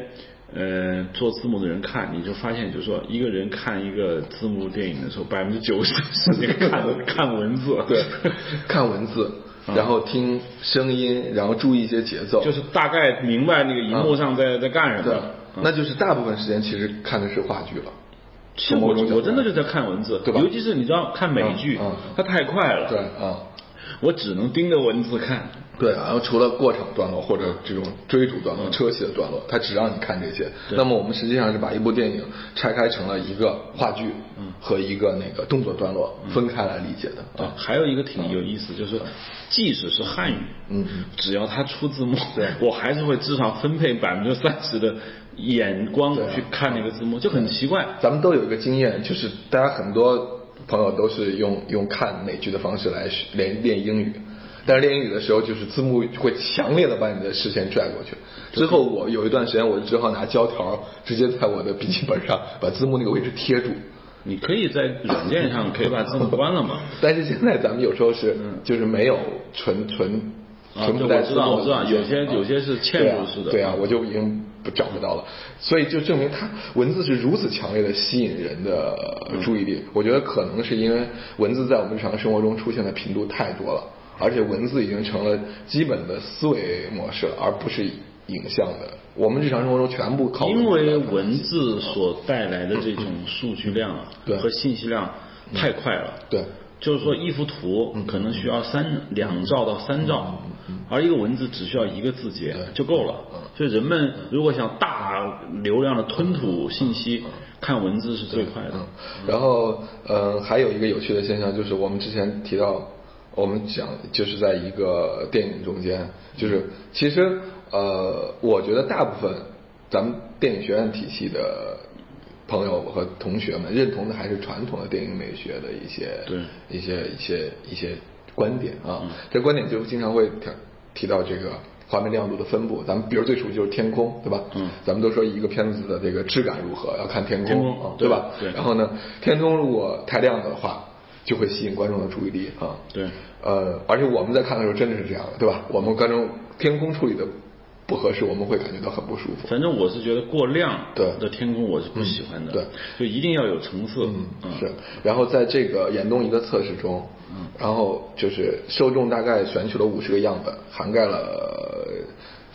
A: 呃做字幕的人看，你就发现，就是说一个人看一个字幕电影的时候，百分之九十是在看看文字，
B: 对，看文字，然后听声音，然后注意一些节 奏，
A: 就是大概明白那个荧幕上在在干什
B: 对
A: 么。，
B: 那就是大部分时间其实看的是话剧了。
A: 其实我
B: 从某种角度
A: 我真的就在看文字，
B: 对吧
A: 尤其是你知道看美剧
B: 嗯嗯，
A: 它太快了，
B: 对啊，
A: 我只能盯着文字看。
B: 对，然后除了过场段落或者这种追逐段落、车戏的段落，它只让你看这些。那么我们实际上是把一部电影拆开成了一个话剧和一个那个动作段落分开来理解的
A: 对
B: 啊，。
A: 还有一个挺有意思，就是即使是汉语，
B: 嗯嗯
A: 只要它出字幕，
B: 对
A: 我还是会至少分配百分之三十的眼光
B: 对啊
A: 去看那个字幕，就很奇怪。
B: 咱们都有一个经验，就是大家很多朋友都是用用看美剧的方式来学练练英语，但是练英语的时候，就是字幕会强烈的把你的视线拽过去。之后我有一段时间，我就只好拿胶条直接在我的笔记本上把字幕那个位置贴住。
A: 你可以在软件上可以把字幕关了嘛？
B: 但是现在咱们有时候是就是没有纯纯
A: 嗯啊
B: 纯不
A: 对
B: 带
A: 我知
B: 字
A: 道我
B: 幕的
A: 知道
B: 东西
A: 有些
B: 啊
A: 有些是嵌入式的嗯
B: 对啊，对啊我就已经不找不到了，所以就证明它文字是如此强烈的吸引人的
A: 嗯
B: 注意力。我觉得可能是因为文字在我们日常生活中出现的频度太多了，而且文字已经成了基本的思维模式了，而不是影像的。我们日常生活中全部 靠
A: 因为文字所带来的这种数据量啊
B: 对
A: 和信息量太快了。
B: 对
A: 就是说一幅图
B: 嗯
A: 可能需要三两兆到三兆，而一个文字只需要一个字节就够了。
B: 嗯
A: 所以人们如果想大流量的吞吐信
B: 嗯
A: 息，看文字是最快的。
B: 然后，嗯，还有一个有趣的现象就是，我们之前提到，我们讲就是在一个电影中间，就是其实呃，我觉得大部分咱们电影学院体系的朋友和同学们认同的还是传统的电影美学的一些
A: 对嗯
B: 一些一些一些观点啊，这观点就经常会提提到这个。画面亮度的分布，咱们比如最熟悉就是天空，对吧？
A: 嗯
B: 咱们都说一个片子的这个质感如何，要看天空，
A: 天空
B: 啊对吧？
A: 对
B: 然后呢，天空如果太亮的话，就会吸引观众的注意力啊。
A: 对。
B: 呃，而且我们在看的时候真的是这样的，对吧？我们观众天空处理的不合适，我们会感觉到很不舒服。
A: 反正我是觉得过亮
B: 对
A: 的天空我是不喜欢的，
B: 嗯对，
A: 就一定要有橙色，嗯
B: 是。然后在这个眼动仪的测试中，然后就是受众大概选取了五十个样本，涵盖了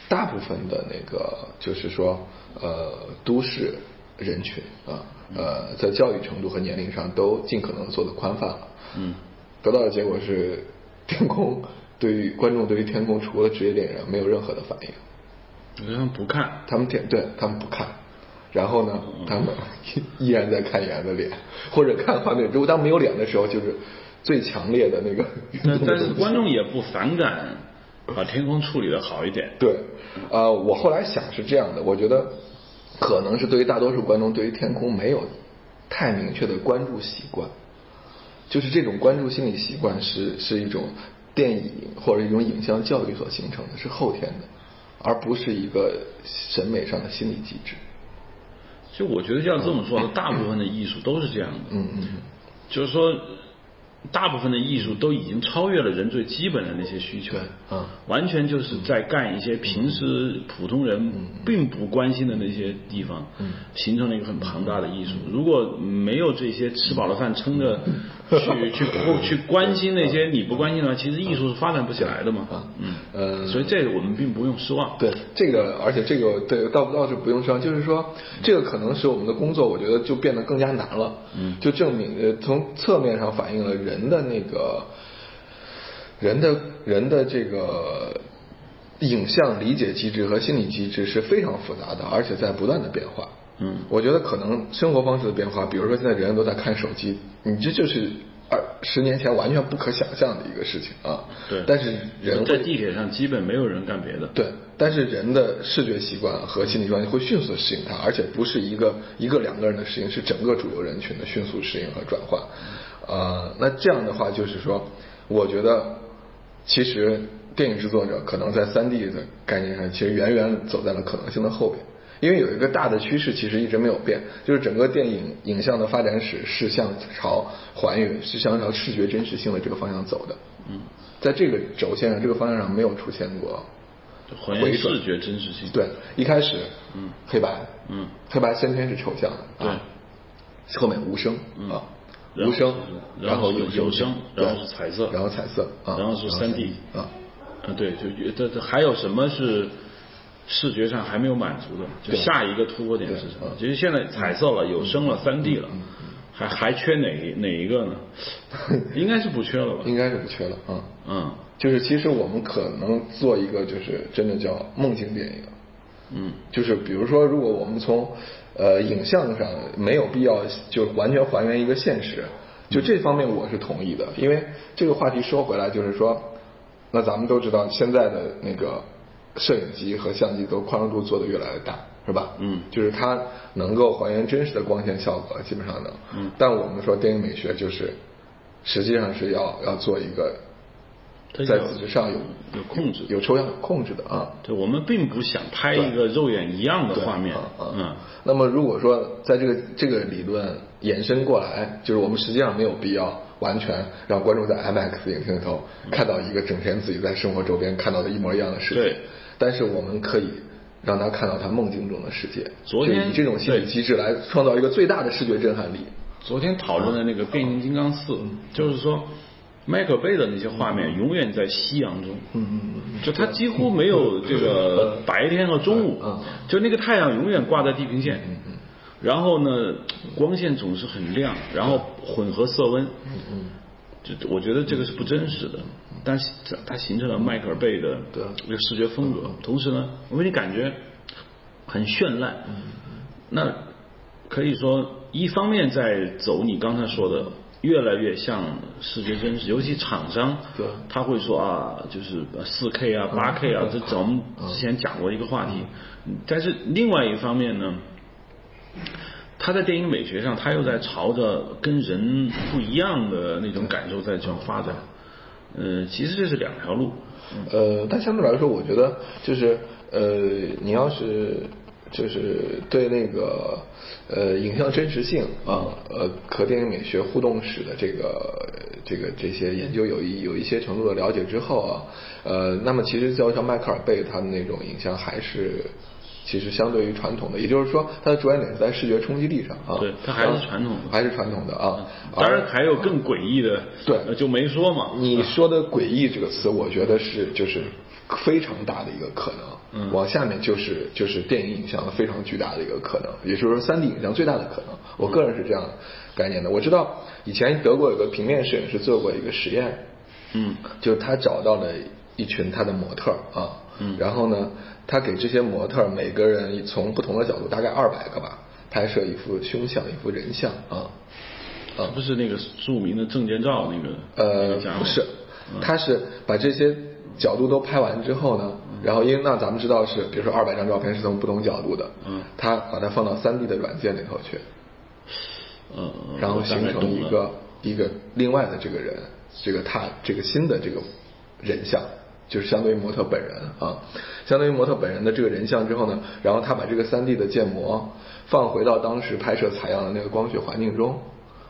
B: 大部分的那个就是说呃都市人群啊，呃在教育程度和年龄上都尽可能做的宽泛了。
A: 嗯，
B: 得到的结果是天空对于观众对于天空除了职业电影人没有任何的反应。
A: 我就想不 看，
B: 他们点对他们不看，然后呢，他们 依然在看演员的脸， 或者看画面。如果当没有脸的时候，就是最强烈的那个
A: 但但是观众也不反感把天空处理的好一点，
B: 对，呃，我后来想是这样的，我觉得可能是对于大多数观众，对于天空没有太明确的关注习惯，就是这种关注心理习惯是是一种电影或者一种影像教育所形成的，是后天的，而不是一个审美上的心理机制。
A: 就我觉得要这么说
B: 嗯
A: 的，大部分的艺术都是这样的。嗯嗯，就是说，大部分的艺术都已经超越了人最基本的那些需求
B: 对，嗯
A: 完全就是在干一些平时普通
B: 嗯
A: 人并不关心的那些地方，嗯，形成了一个很庞大的艺术。
B: 嗯
A: 如果没有这些吃饱了饭撑着去去去关心那
B: 嗯
A: 些你不关心的话，其实艺术是发展不起来的嘛。嗯
B: 呃
A: 所以这个我们并不用失望。
B: 对这个，而且这个对倒倒是不用伤，就是说
A: 嗯
B: 这个可能使我们的工作，我觉得就变得更加难了。嗯，就证明呃，从侧面上反映了人的那个人的人的这个影像理解机制和心理机制是非常复杂的，而且在不断的变化。
A: 嗯，
B: 我觉得可能生活方式的变化，比如说现在人人都在看手机，你这就是二十年前完全不可想象的一个事情啊。
A: 对
B: 但是人
A: 在
B: 会
A: 地铁上基本没有人干别的。
B: 对，但是人的视觉习惯和心理关系会迅速地适应它，而且不是一个一个两个人的适应，是整个主流人群的迅速适应和转换。呃，那这样的话，就是说，我觉得其实电影制作者可能在三 D 的概念上，其实远远走在了可能性的后边。因为有一个大的趋势，其实一直没有变，就是整个电影影像的发展史是向朝还原、是向朝视觉真实性的这个方向走的。嗯，在这个轴线上、这个方向上没有出现过
A: 还原
B: 回转
A: 视觉真实性。
B: 对，一开始，
A: 嗯，
B: 黑白，
A: 嗯，
B: 黑白先天是抽象的，
A: 对嗯
B: 啊，后面无声，啊，
A: 然后
B: 无声，
A: 然后有有声
B: 对
A: 然后是彩色
B: 然后彩色，啊，
A: 然后是 3D
B: 啊，
A: 啊，对，就这这还有什么是视觉上还没有满足的？就
B: 对啊
A: 下一个突破点是什么？其实现在彩色了，有声了，三 D 了，
B: 嗯
A: 还还缺哪哪一 个呢？应该是不缺了吧？
B: 应该是不缺了啊。
A: 嗯
B: 就是其实我们可能做一个就是真的叫梦境电影，
A: 嗯，
B: 就是比如说，如果我们从呃影像上没有必要就完全还原一个现实，
A: 嗯
B: 就这方面我是同意的，因为这个话题说回来就是说，那咱们都知道现在的那个摄影机和相机都宽容度做得越来越大，是吧？
A: 嗯
B: 就是它能够还原真实的光线效果，基本上能。嗯，但我们说电影美学就是实际上是要要做一个
A: 它
B: 在
A: 有
B: 此之上有
A: 有控制
B: 有抽象有控制的啊。
A: 对，我们并不想拍一个肉眼一样的
B: 对
A: 画面
B: 啊，啊
A: 嗯，
B: 那么如果说在这个这个理论延伸过来，就是我们实际上没有必要完全让观众在 IMAX 影厅里头看到一个整天自己在生活周边看到的一模一样的世界，
A: 对
B: 但是我们可以。让他看到他梦境中的世界，
A: 昨天
B: 就以这种心理
A: 对
B: 机制来创造一个最大的视觉震撼力。嗯
A: 昨天讨论的那个变形金刚四，就是说，麦克贝的那些画面永远在夕阳中，
B: 嗯嗯嗯，
A: 就它几乎没有这个白天和中午
B: 嗯嗯，嗯
A: 就那个太阳永远挂在地平线，然后呢，光线总是很亮，然后混合色温，
B: 嗯
A: 就我觉得这个是不真实的，但是它它形成了迈克尔贝的
B: 对啊
A: 一个视觉风格，同时呢，我给你感觉很绚烂，
B: 嗯
A: 那可以说一方面在走你刚才说的。越来越像视觉真实，尤其厂商，
B: 对嗯
A: 他会说啊，就是四 K 啊、八 K 啊，这咱们之前讲过一个话题。嗯但是另外一方面呢，他在电影美学上，他又在朝着跟人不一样的那种感受在这样发展。呃，其实这是两条路。
B: 呃，但相对来说，我觉得就是呃，你要是就是对那个呃影像真实性啊，呃和电影美学互动史的这个这个这些研究有一有一些程度的了解之后啊，呃，那么其实就像迈克尔贝他的那种影像还是。其实相对于传统的，也就是说，它的着眼点是在视觉冲击力上啊。
A: 对它还是传统的嗯
B: 还是传统的啊。
A: 当
B: 而
A: 然还有更诡异的，
B: 对
A: 呃就没说嘛。
B: 你说的“诡异”这个词，我觉得是就是非常大的一个可能。
A: 嗯
B: 往下面就是就是电影影像的非常巨大的一个可能，也就是说三 D 影像最大的可能。我个人是这样概念的。我知道以前德国有个平面摄影师做过一个实验，
A: 嗯，
B: 就是他找到了一群他的模特儿啊，
A: 嗯
B: 然后呢，他给这些模特儿每个人从不同的角度，大概二百个吧，拍摄一幅胸像，一幅人像啊。
A: 啊，不是那个著名的证件照那个那
B: 呃
A: 个家，伙嗯
B: 不是，他是把这些角度都拍完之后呢，
A: 嗯
B: 然后因为那咱们知道是，比如说二百张照片是从不同角度的，
A: 嗯
B: 他把它放到三 D 的软件里头去，
A: 呃，
B: 然后
A: 我大
B: 形
A: 概
B: 成
A: 懂
B: 一
A: 了
B: 个一个另外的这个人，这个他这个新的这个人像，就是相当于模特本人啊，相当于模特本人的这个人像之后呢，然后他把这个三 D 的建模放回到当时拍摄采样的那个光学环境中，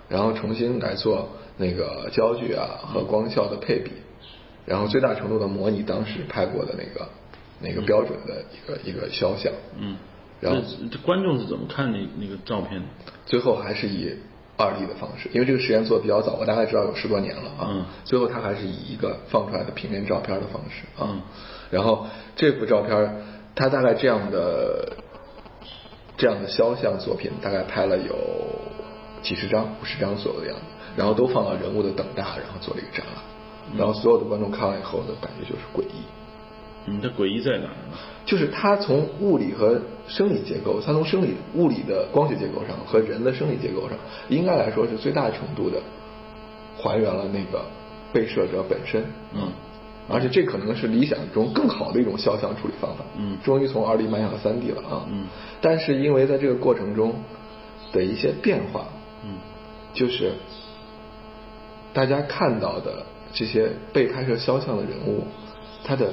B: 然后重新来做那个焦距啊和光效的配比，然后最大程度的模拟当时拍过的那个那个标准的一个一个肖像，
A: 嗯，
B: 然后
A: 那这观众是怎么看那那个照片的？
B: 最后还是以二 D 的方式，因为这个实验做的比较早，我大概知道有十多年了啊。
A: 嗯
B: 最后他还是以一个放出来的平面照片的方式啊。
A: 嗯
B: 然后这幅照片，他大概这样的这样的肖像作品，大概拍了有几十张、五十张左右的样子，然后都放到人物的等大，然后做了一个展览。然后所有的观众看完以后的感觉就是诡异，
A: 嗯，它诡异在哪儿呢？
B: 就是它从物理和生理结构，它从生理物理的光学结构上和人的生理结构上，应该来说是最大程度的还原了那个被摄者本身。
A: 嗯，
B: 而且这可能是理想中更好的一种肖像处理方法。
A: 嗯
B: 终于从二 D 迈向了三 D 了啊。
A: 嗯，
B: 但是因为在这个过程中的一些变化，
A: 嗯，
B: 就是大家看到的这些被拍摄肖像的人物，他的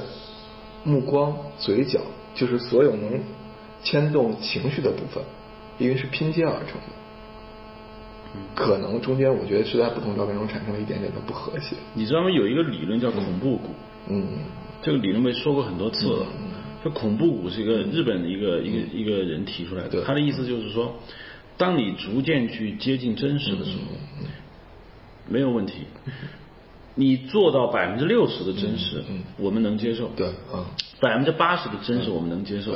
B: 目光、嘴角，就是所有能牵动情绪的部分，因为是拼接而成的，可能中间我觉得是在不同照片中产生了一点点的不和谐。
A: 你知道吗？有一个理论叫恐怖谷。
B: 嗯
A: 这个理论被说过很多次了。就恐怖谷是一个日本的一个一个一个人提出来的
B: 嗯对，
A: 他的意思就是说，当你逐渐去接近真实的时
B: 嗯
A: 候，没有问 题。你做到百分之六十的真实，
B: 嗯
A: 我们能接受；
B: 对，嗯，
A: 百分之八十的真实我们能接受，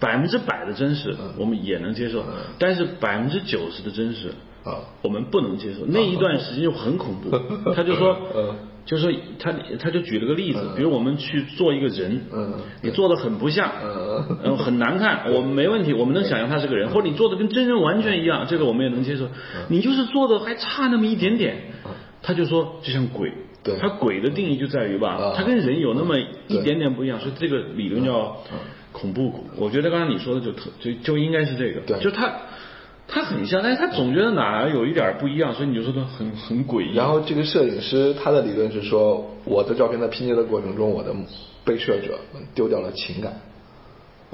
A: 百分之百的真实我们也能接受，但是百分之九十的真实
B: 啊，
A: 我们不能接受。那一段时间就很恐怖， 他就说
B: 嗯，
A: 就说他他就举了个例子，比如我们去做一个人
B: 嗯，
A: 你做的很不像，
B: 嗯
A: 嗯，很难看，我们没问题，我们能想象他是个人，或者你做的跟真人完全一样，这个我们也能接受。
B: 嗯
A: 你就是做的还差那么一点点，他就说就像鬼。
B: 对
A: 他鬼的定义就在于吧
B: 嗯，
A: 他跟人有那么一
B: 对嗯
A: 点点不一样，所以这个理论叫恐怖谷。我觉得刚才你说的就特就就应该是这个，
B: 对
A: 就他他很像，但是他总觉得哪儿有一点儿不一样，所以你就说他很很诡异。
B: 然后这个摄影师他的理论是说，我的照片在拼接的过程中，我的被摄者丢掉了情感，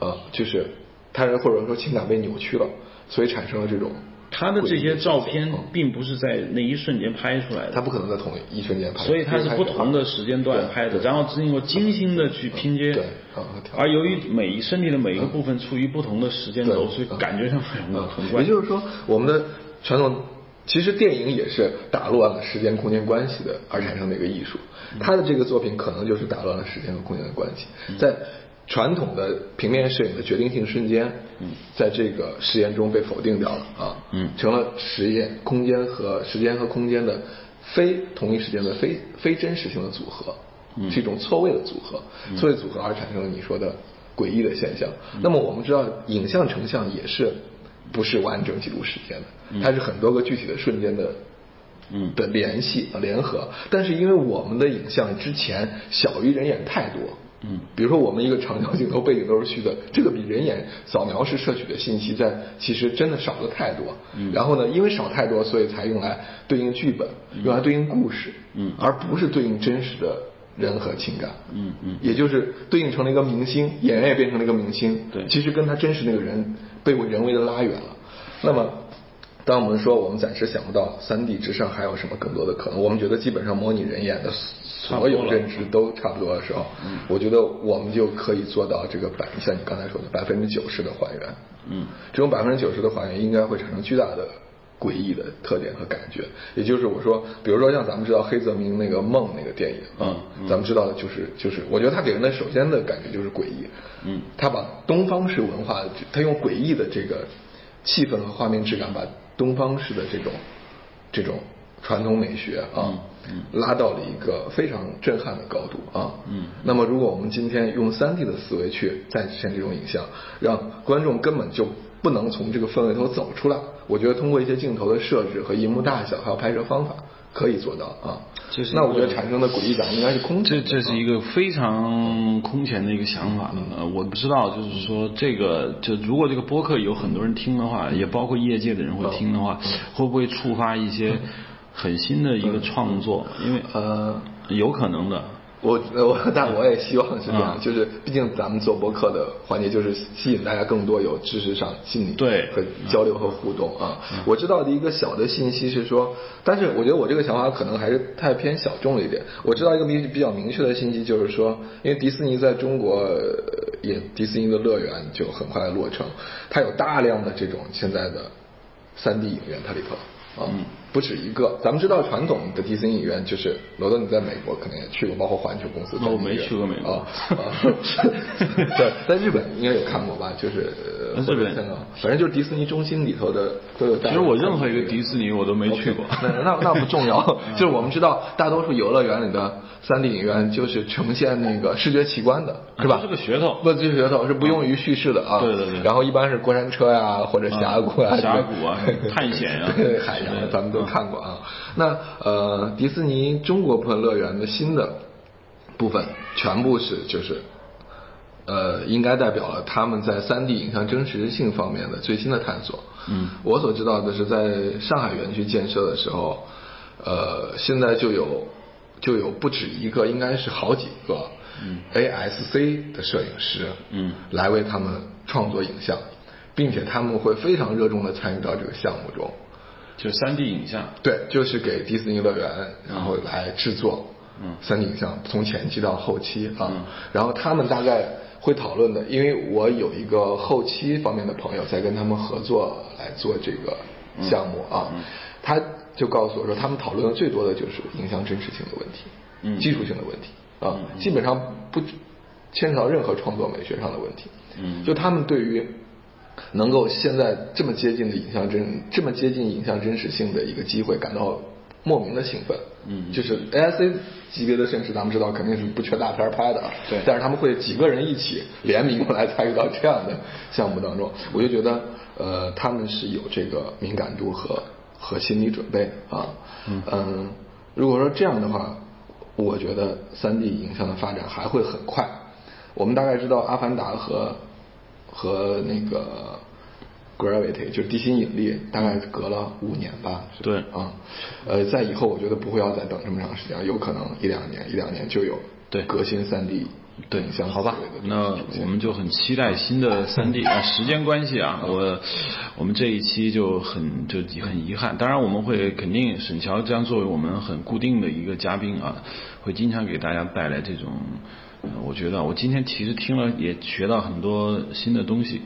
B: 呃，就是他是或者说情感被扭曲了，所以产生了这种，
A: 他的这些照片并不是在那一瞬间拍出来
B: 他
A: 的，
B: 不可能在同一瞬间拍，
A: 所以它是不同的
B: 因为
A: 时间段拍的，
B: 对
A: 然后经过精心的去拼接。
B: 对啊挺好
A: 而由于每一身体的每一个部分处于不同的时间
B: 对
A: 轴，所以
B: 嗯
A: 感觉上很
B: 它是原画，
A: 很
B: 嗯，
A: 怪
B: 也。就是说我们的传统其实电影也是打乱了时间空间关系的而产生的一个艺术。他的这个作品可能就是打乱了时间和空间的关系，在传统的平面摄影的决定性瞬间，在这个实验中被否定掉了啊，
A: 嗯
B: 成了实验空间和时间和空间的非同一时间的非非真实性的组合，是一种错位的组合，错位组合而产生了你说的诡异的现象。那么我们知道，影像成像也是不是完整记录时间的，它是很多个具体的瞬间的
A: 嗯
B: 的联系呃联合，但是因为我们的影像之前小于人眼太多，
A: 嗯，
B: 比如说我们一个长焦镜头背景都是虚的，这个比人眼扫描时摄取的信息在其实真的少的太多，嗯，然后呢，因为少太多，所以才用来对应剧本，用来对应故事，
A: 嗯
B: 而不是对应真实的人和情感，
A: 嗯嗯
B: 也就是对应成了一个明星，演员也变成了一个明星，
A: 对
B: 其实跟他真实那个人被我人为的拉远了。那么，当我们说我们暂时想不到三 D 之上还有什么更多的可能，我们觉得基本上模拟人眼的所有认知都差不多的时候，
A: 嗯
B: 我觉得我们就可以做到这个百，像你刚才说的百分之九十的还原。
A: 嗯，
B: 这种百分之九十的还原应该会产生巨大的诡异的特点和感觉。也就是我说，比如说像咱们知道黑泽明那个梦那个电影
A: 嗯
B: 啊，咱们知道的就是就是，我觉得他给人的首先的感觉就是诡异。
A: 嗯，
B: 他把东方式文化，他用诡异的这个气氛和画面质感，把东方式的这种这种传统美学啊，拉到了一个非常震撼的高度啊。嗯，那么如果我们今天用三 D 的思维去再现这种影像，让观众根本就不能从这个氛围头走出来，我觉得通过一些镜头的设置和银幕大小，还有拍摄方法，可以做到啊。
A: 这是一个
B: 那我觉得产生的诡异感应该是空
A: 这
B: 间的
A: 这是一个非常空前的一个想法，呃，我不知道，就是说这个，就如果这个播客有很多人听的话，也包括业界的人
B: 哦
A: 会听的话，会不会触发一些很新的一个创作？因为
B: 呃。
A: 有可能的，
B: 我我但我也希望是这样，
A: 嗯
B: 就是毕竟咱们做播客的环节就是吸引大家更多有知识上心理
A: 对
B: 和交流和互动啊。
A: 嗯
B: 我知道的一个小的信息是说，但是我觉得我这个想法可能还是太偏小众了一点。我知道一个比比较明确的信息就是说，因为迪士尼在中国呃也迪士尼的乐园就很快落成，它有大量的这种现在的三 D 影院，它里头。啊，
A: 嗯
B: 不止一个。咱们知道传统的迪士尼影院就是，罗德你在美国可能也去过，包括环球公司。
A: 哦那我没去过美国
B: 啊，啊 对，在日本应该有看过吧？就是呃
A: 日本
B: 或者香港反正就是迪士尼中心里头的都有大
A: 其
B: 量的。
A: 实我任何一个迪士尼我都没去过
B: OK，那 那那不重 要，就是我们知道大多数游乐园里的三 D 影院就是呈现那个视觉奇观的，是吧？
A: 这啊是个噱头
B: 不，这是噱头，是不用于叙事的啊。
A: 对对对
B: 然后一般是过山车呀、或者峡谷啊、
A: 嗯峡谷 啊探险啊
B: 对海洋啊，咱们都看过啊。那呃，迪士尼中国部分乐园的新的部分全部是就是呃，应该代表了他们在 3D 影像真实性方面的最新的探索。
A: 嗯，
B: 我所知道的是，在上海园区建设的时候，呃，现在就有就有不止一个，应该是好几个，嗯，ASC 的摄影师，
A: 嗯，
B: 来为他们创作影像，并且他们会非常热衷的参与到这个项目中。
A: 就三 D 影像，
B: 对，就是给迪士尼乐园，然后来制作，
A: 嗯
B: 三 D 影像从前期到后期啊，然后他们大概会讨论的，因为我有一个后期方面的朋友在跟他们合作来做这个
A: 嗯
B: 项目啊，他就告诉我说，他们讨论的最多的就是影像真实性的问题，
A: 嗯
B: 技术性的问题啊，基本上不牵扯到任何创作美学上的问题，
A: 嗯
B: 就他们对于能够现在这么接近的影像真，这么接近影像真实性的一个机会，感到莫名的兴奋。
A: 嗯
B: 就是 AIC 级别的摄影师，咱们知道肯定是不缺大片拍的啊，
A: 对
B: 但是他们会几个人一起联名来参与到这样的项目当中，我就觉得，呃，他们是有这个敏感度和和心理准备啊。嗯、如果说这样的话，我觉得三 D 影像的发展还会很快。我们大概知道《阿凡达》和和那个 Gravity 就是地心引力，大概隔了五年吧。是吧
A: 对
B: 啊，呃，在以后我觉得不会要再等这么长时间，有可能一两年一两年就有
A: 对
B: 革新三 D 影像
A: 好吧
B: 思维的，这
A: 那
B: 种出现
A: 我们就很期待新 的三 D 啊，时间关系啊，我我们这一期就很就很遗憾，当然我们会肯定沈乔将作为我们很固定的一个嘉宾啊，会经常给大家带来这种，呃我觉得我今天其实听了也学到很多新的东西。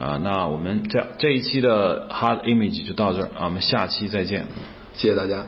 A: 啊、那我们这这一期的 Hard Image 就到这儿啊，我们下期再见。
B: 谢谢大家。